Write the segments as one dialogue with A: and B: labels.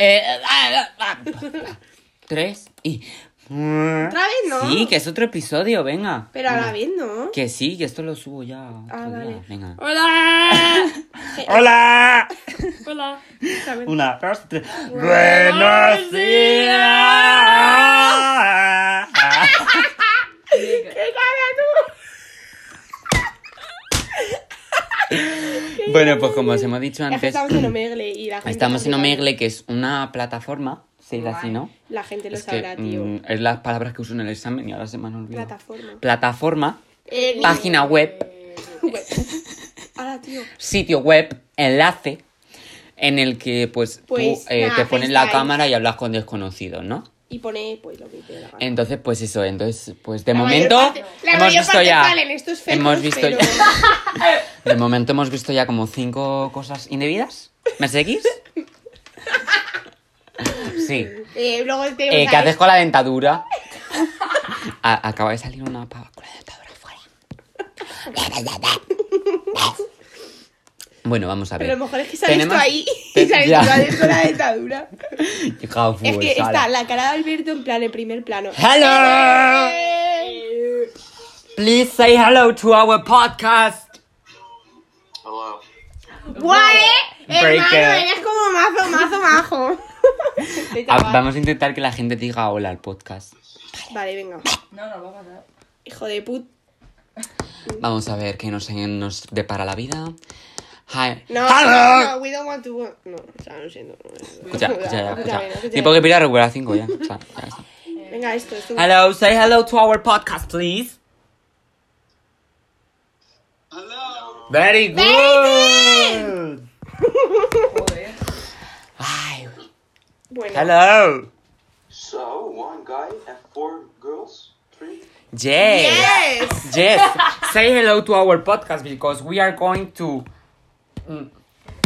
A: Eh, ah, ah, ah. Tres y.
B: Otra vez no.
A: Sí, que es otro episodio, venga.
B: Pero a la vez no.
A: Que sí, que esto lo subo ya. otro
B: Ah,
A: día,
B: vale.
A: Venga.
B: Hola.
A: ¡Hola!
B: Hola.
A: Una, dos, tres.
B: ¡Buenos
A: días!
B: ¿Qué cara
A: Bueno, pues como os hemos dicho
B: tú? Es que
A: antes, mm,
B: Estamos en Omegle y la gente.
A: estamos en
B: también-
A: Omegle, que es una plataforma, se dice así, ¿no?
B: La gente lo
A: Es que,
B: sabrá, tío.
A: mm, es las palabras que uso en el examen y ahora se me han olvidado.
B: Plataforma.
A: Plataforma, página web,
B: Eh, Ahora, tío.
A: sitio web, enlace, en el que pues,
B: Pues,
A: tú eh,
B: nada,
A: te pones la
B: FaceTime.
A: cámara y hablas con desconocidos, ¿no?
B: Y pone pues lo que te dé la gana.
A: Entonces, pues eso, entonces, pues de
B: La mayor
A: momento
B: parte- la
A: hemos
B: mayor
A: visto
B: parte
A: ya.
B: salen estos fetos,
A: hemos visto
B: pero-
A: ya- De momento hemos visto ya como cinco cosas indebidas. ¿Me seguís? Sí.
B: Eh, luego tenemos
A: Eh,
B: a
A: ¿Qué haces
B: este.
A: con la dentadura? A- acaba de salir una pava con la dentadura fuera. Bueno, vamos a ver.
B: Pero a lo mejor es que sale esto
A: Tenemos-
B: ahí y
A: Te-
B: sale
A: ya.
B: esto con la dentadura.
A: Hija,
B: Es que
A: pues,
B: está
A: ala.
B: la cara de Alberto en plan en primer plano.
A: Hello!
B: Eh,
A: Please say hello to our podcast.
C: Hello.
B: Guay, eh, hermano,
A: Breaker.
B: eres como mazo, mazo, majo. Vete,
A: Ah,
B: va.
A: vamos a intentar que la gente diga hola al podcast.
B: Vale, venga.
D: No, no, va a pasar.
B: Hijo de put.
A: Vamos a ver qué nos, nos depara la vida. Hi.
B: No,
A: Hello.
B: no, we don't want to. go- No, o sea, lo siento. no, no, no.
A: Escucha, escucha, ya, escucha.
B: venga, escucha.
A: Tipo que pira regular 5 ya. O sea, ya está.
B: Venga, esto, esto.
A: Hello, say hello to our podcast, please.
C: Hello.
A: Very good.
D: Joder.
A: Ay,
B: Bueno,
A: hello.
C: So one guy and four girls, three.
A: Yes.
B: Yes.
A: Yes. Say hello to our podcast because we are going to.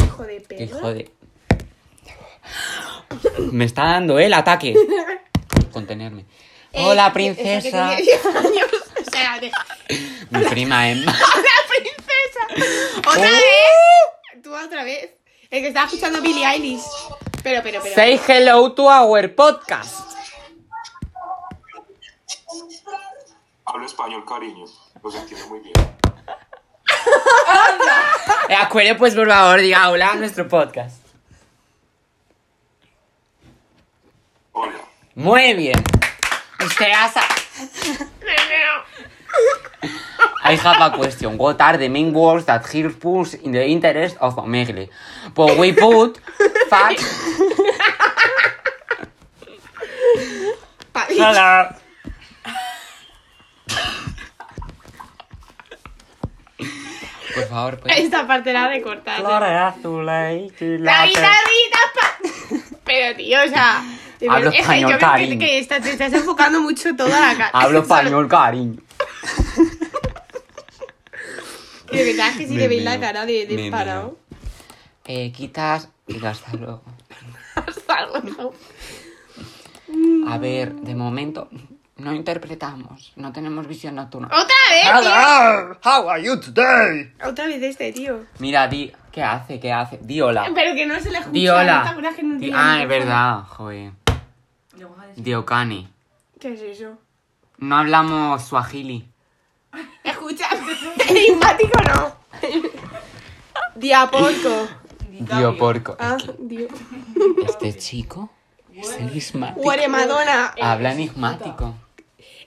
B: Hijo de
A: Que
B: perro.
A: jode. Me está dando eh, el ataque. Contenerme.
B: Eh,
A: Hola,
B: esa que
A: princesa.
B: tenía 10 años. O sea, de-
A: Mi prima Emma.
B: ¡Hola, princesa! ¡Otra
A: Oh.
B: vez! Tú otra vez. El que estaba escuchando a Billie Eilish. Pero, pero, pero.
A: Say hello to our podcast.
C: Hablo español, cariño. Los entiendo muy bien.
A: Eh, acuere, pues por favor, diga hola a nuestro podcast.
C: Hola.
A: Muy bien. Usted ha sa- I have a question. What are the main words that here pulls in the interest of Omegle? But we put fact.
B: Pa-
A: Hello. Por favor, pues.
B: Esta parte la de cortar. La
A: azul
B: guitarrita pa- Pero, tío, o sea. de
A: Hablo
B: verdad, es que yo
A: español,
B: creo que-
A: cariño.
B: que esta- te estás enfocando mucho toda la cara.
A: Hablo español, cariño.
B: De verdad es que si
A: Me
B: le veis la
A: meo,
B: cara de, de
A: me
B: parado.
A: Eh, quitas y gastarlo.
B: Algo, ¿no?
A: A ver, de momento no interpretamos, no tenemos visión nocturna.
B: ¡Otra vez!
A: Hello, how are you today?
B: tío! Otra vez este, tío.
A: Mira, di, ¿qué hace? ¿Qué hace? Di hola.
B: Pero que no se le escucha.
A: Di
B: ¿no te
A: hola.
B: acuerdas que no
A: Di-
B: tiene
A: ah, es
B: micrófono?
A: verdad, joder.
D: Le vamos a decir.
A: Diocani.
B: ¿Qué es eso?
A: No hablamos swahili.
B: Escucha, enigmático no. Diaporco.
A: Dio porco.
B: Ah, Dios.
A: Este chico es enigmático.
B: Guaremadona.
A: Habla enigmático.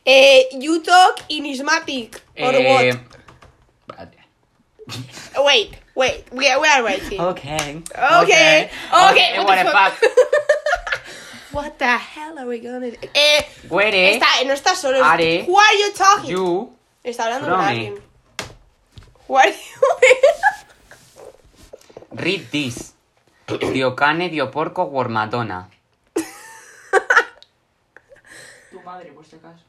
B: Eh, you talk enigmatic. Or
A: Eh, vale.
B: what? Wait, wait. We are, we are waiting.
A: Ok. Oh,
B: Okay,
A: eh,
B: okay,
A: what the fuck?
B: What the hell are we gonna do? Eh,
A: Where
B: está, no está solo. es-
A: Are
B: Who are you talking?
A: you
B: está hablando
A: from
B: con
A: me.
B: alguien. Who are you?
A: Read this. Diocane, Dioporco, Wormadona.
D: Tu madre, por si acaso.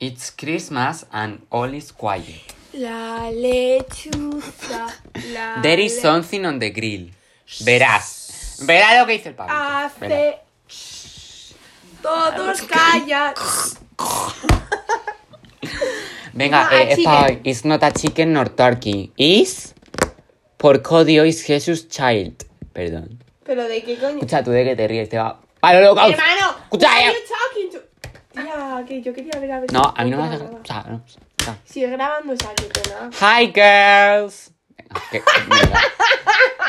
A: It's Christmas and all is quiet.
B: La lechuza.
D: Ah,
B: La
A: There is something on the grill. Verás. Verás lo que dice el pavo.
B: Hace. Todos callan.
A: Venga,
B: Not a
A: eh, es pa-
B: chicken.
A: it's not a chicken nor turkey. Is por código is Jesus child. Perdón.
B: ¿Pero de qué coño?
A: Escucha, tú de que te ríes, te va. ¡Para el holocausto!
B: Hermano,
A: Escucha,
B: who are
A: eh.
B: you talking to? Tía, que yo quería ver a ver
A: No,
B: si-
A: a mí no me vas a
B: graba.
A: dejar. O sea, no. o sea.
B: Sigue grabando esa que te nada.
A: Hi, girls. Venga, que- venga.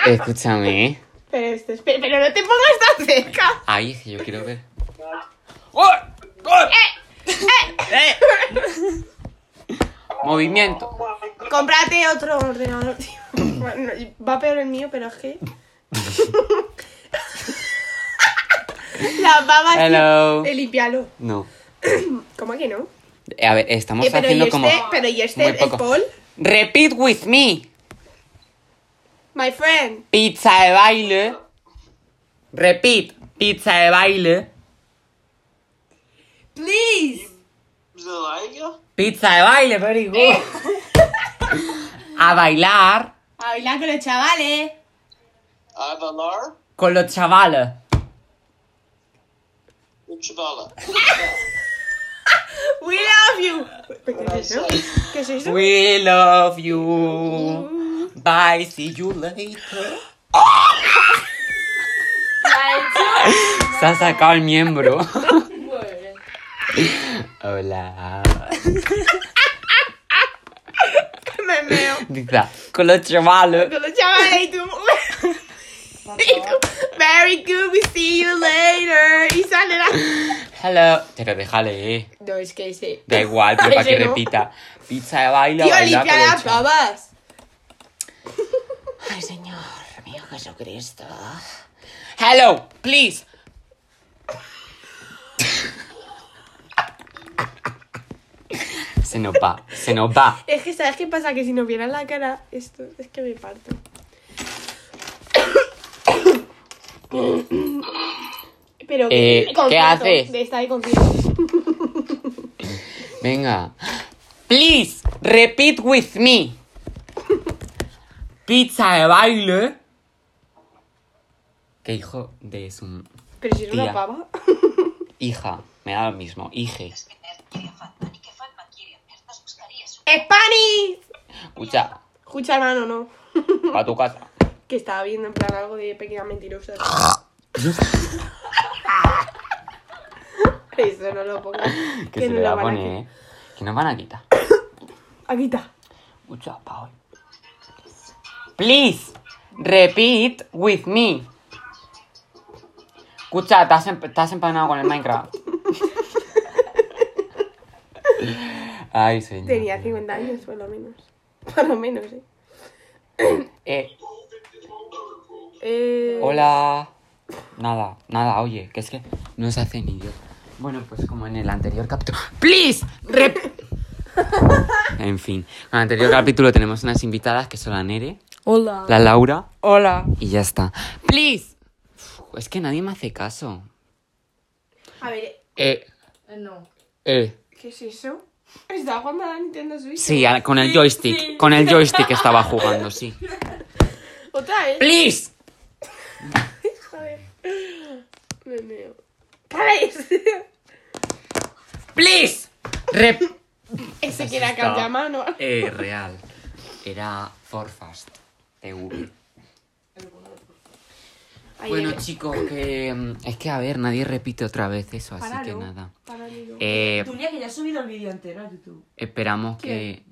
A: Escúchame. ¿eh?
B: Pero, este, es- pero, pero no te pongas tan cerca.
A: Ay, es que yo quiero ver.
B: Eh,
A: ¡Eh! Movimiento.
B: Cómprate otro ordenador, tío. Bueno, va peor el mío, pero es que. Las babas. tío.
A: Hello.
B: Eh, Límpialo.
A: No.
B: ¿Cómo que no?
A: A ver, estamos
B: Eh, pero, y
A: haciendo
B: este,
A: como.
B: pero y este,
A: muy
B: el
A: poco.
B: Paul,
A: Repeat with me.
B: my friend.
A: Pizza de baile. Repeat. Pizza de baile.
B: Please.
A: Pizza de baile, perico.
B: Eh.
A: A bailar
B: A bailar con los chavales.
E: Avalar
A: con los chavales.
E: Uchavala.
B: We love you. ¿Qué es eso? ¿Qué es eso?
A: We love you. Bye, see you later. Se ha sacado el miembro. Hola.
B: Me meo.
A: Dice, con los chavalos.
B: Con los chavales y tú. Y tú, Very good, we see you later. Y sale la.
A: Hello. Pero déjale, eh.
B: No, es que ese.
A: Da igual, pero para que
B: Ese no.
A: repita. Pizza de baile,
B: Tío,
A: baila
B: limpia
A: con los
B: las
A: chavalos.
B: babas.
A: Ay, señor mío Jesucristo. Hello, please. se nos va, se nos va.
B: Es que, ¿sabes qué pasa? Que si nos vieran la cara, esto es que me parto. Pero,
A: Eh, ¿qué
B: concierto,
A: haces?
B: De esta de concierto.
A: Venga. Please, repeat with me. Pizza de baile. Que hijo de su
B: Pero si era
A: Tía.
B: una pava.
A: hija. Me da lo mismo, hije.
B: ¡Spanish!
A: Escucha,
B: Escucha, hermano, no.
A: pa' tu casa.
B: Que estaba viendo en plan algo de pequeña mentirosa. Eso no lo pongo.
A: Que se
B: no
A: le
B: lo
A: va a
B: van a
A: poner, ¿eh? Que nos van a quitar.
B: quitar. Aquí está.
A: Escucha, Paul. Please, repeat with me. Escucha, estás, emp- estás empanado con el Minecraft. Ay, señor.
B: Tenía 50 años, por lo menos. Por lo menos, eh.
A: Eh,
B: eh
A: hola. Nada, nada, oye, que es que no se hace ni Dios. Bueno, pues como en el anterior capítulo. ¡Please! rep- en fin, en el anterior capítulo tenemos unas invitadas que son la Nere,
D: Hola.
A: la Laura
D: Hola.
A: y ya está. ¡Please! Uf, es que nadie me hace caso.
B: A ver,
A: Eh,
D: No.
A: eh.
B: ¿qué es eso? Estaba jugando a la Nintendo Switch.
A: Sí, a- con el joystick.
B: sí.
A: Con el joystick estaba jugando, sí.
B: Otra vez.
A: ¡Please!
B: A ver. Me meo. ¿Sabes?
A: ¡Please! Rep.
B: Ese que era
A: Estaba-
B: Kayamano.
A: Eh, real. Era Forfast TV.
B: Ahí
A: Bueno,
B: es.
A: chicos, que. mm, Es que a ver, nadie repite otra vez eso, así que
D: Páralo.
A: nada.
B: Para mí no.
A: Eh,
D: Tulia, que ya has subido el vídeo entero a YouTube.
A: esperamos
B: ¿Qué?
A: que.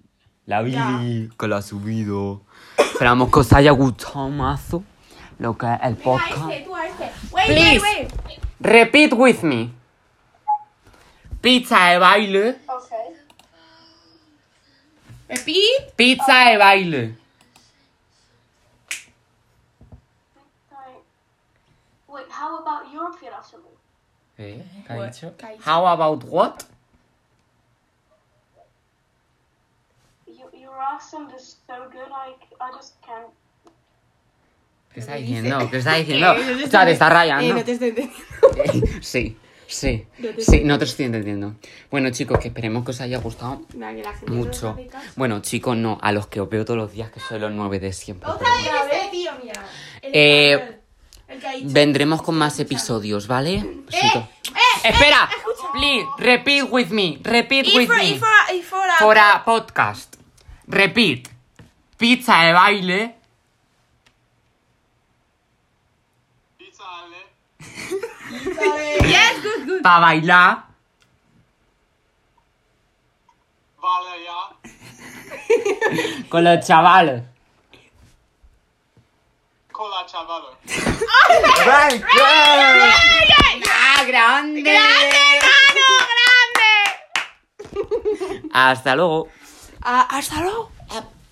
A: La
B: Ya.
A: Billy, que la ha subido. Esperamos que os haya gustado mazo. Lo que es el
B: Venga,
A: podcast.
B: este, tú a este. Wait,
A: Please.
B: wait, wait.
A: Repeat with me. Pizza de baile.
B: Repeat.
A: Pizza de baile.
F: Wait, how about European afternoon?
A: ¿Eh? ¿Qué ha dicho? How about what?
F: You, your accent is so good, I, I just can't.
A: ¿Qué está diciendo? ¿Qué está diciendo? O sea, te está
B: Eh,
A: rayando.
B: no te estoy entendiendo.
A: Sí, sí,
B: No te
A: sí, no te estoy entendiendo. Bueno, chicos, que esperemos que os haya gustado
B: Nada, que la gente no
A: mucho.
B: sabe caso.
A: Bueno, chicos, no, a los que os veo todos los días, que soy los nueve de siempre. pero bueno.
B: Otra vez este tío, mira. El
A: Eh,
B: español. El que ha dicho. Eh,
A: Vendremos con más episodios, ¿vale? Siento- Espera, please, repeat with me, repeat
B: Y
A: with
B: for,
A: me.
B: y for, y for, a-
A: For a podcast. Repeat. Pizza de baile.
E: Vale.
B: Yes, good, good.
A: Para bailar.
E: Vale, ya.
A: Con los chavales.
E: Cola, chavalo.
A: ¡Ay, qué!
B: ¡Grande,
A: ¡Ah, grande!
B: hermano! ¡Grande!
A: Hasta luego.
B: Ah, hasta luego.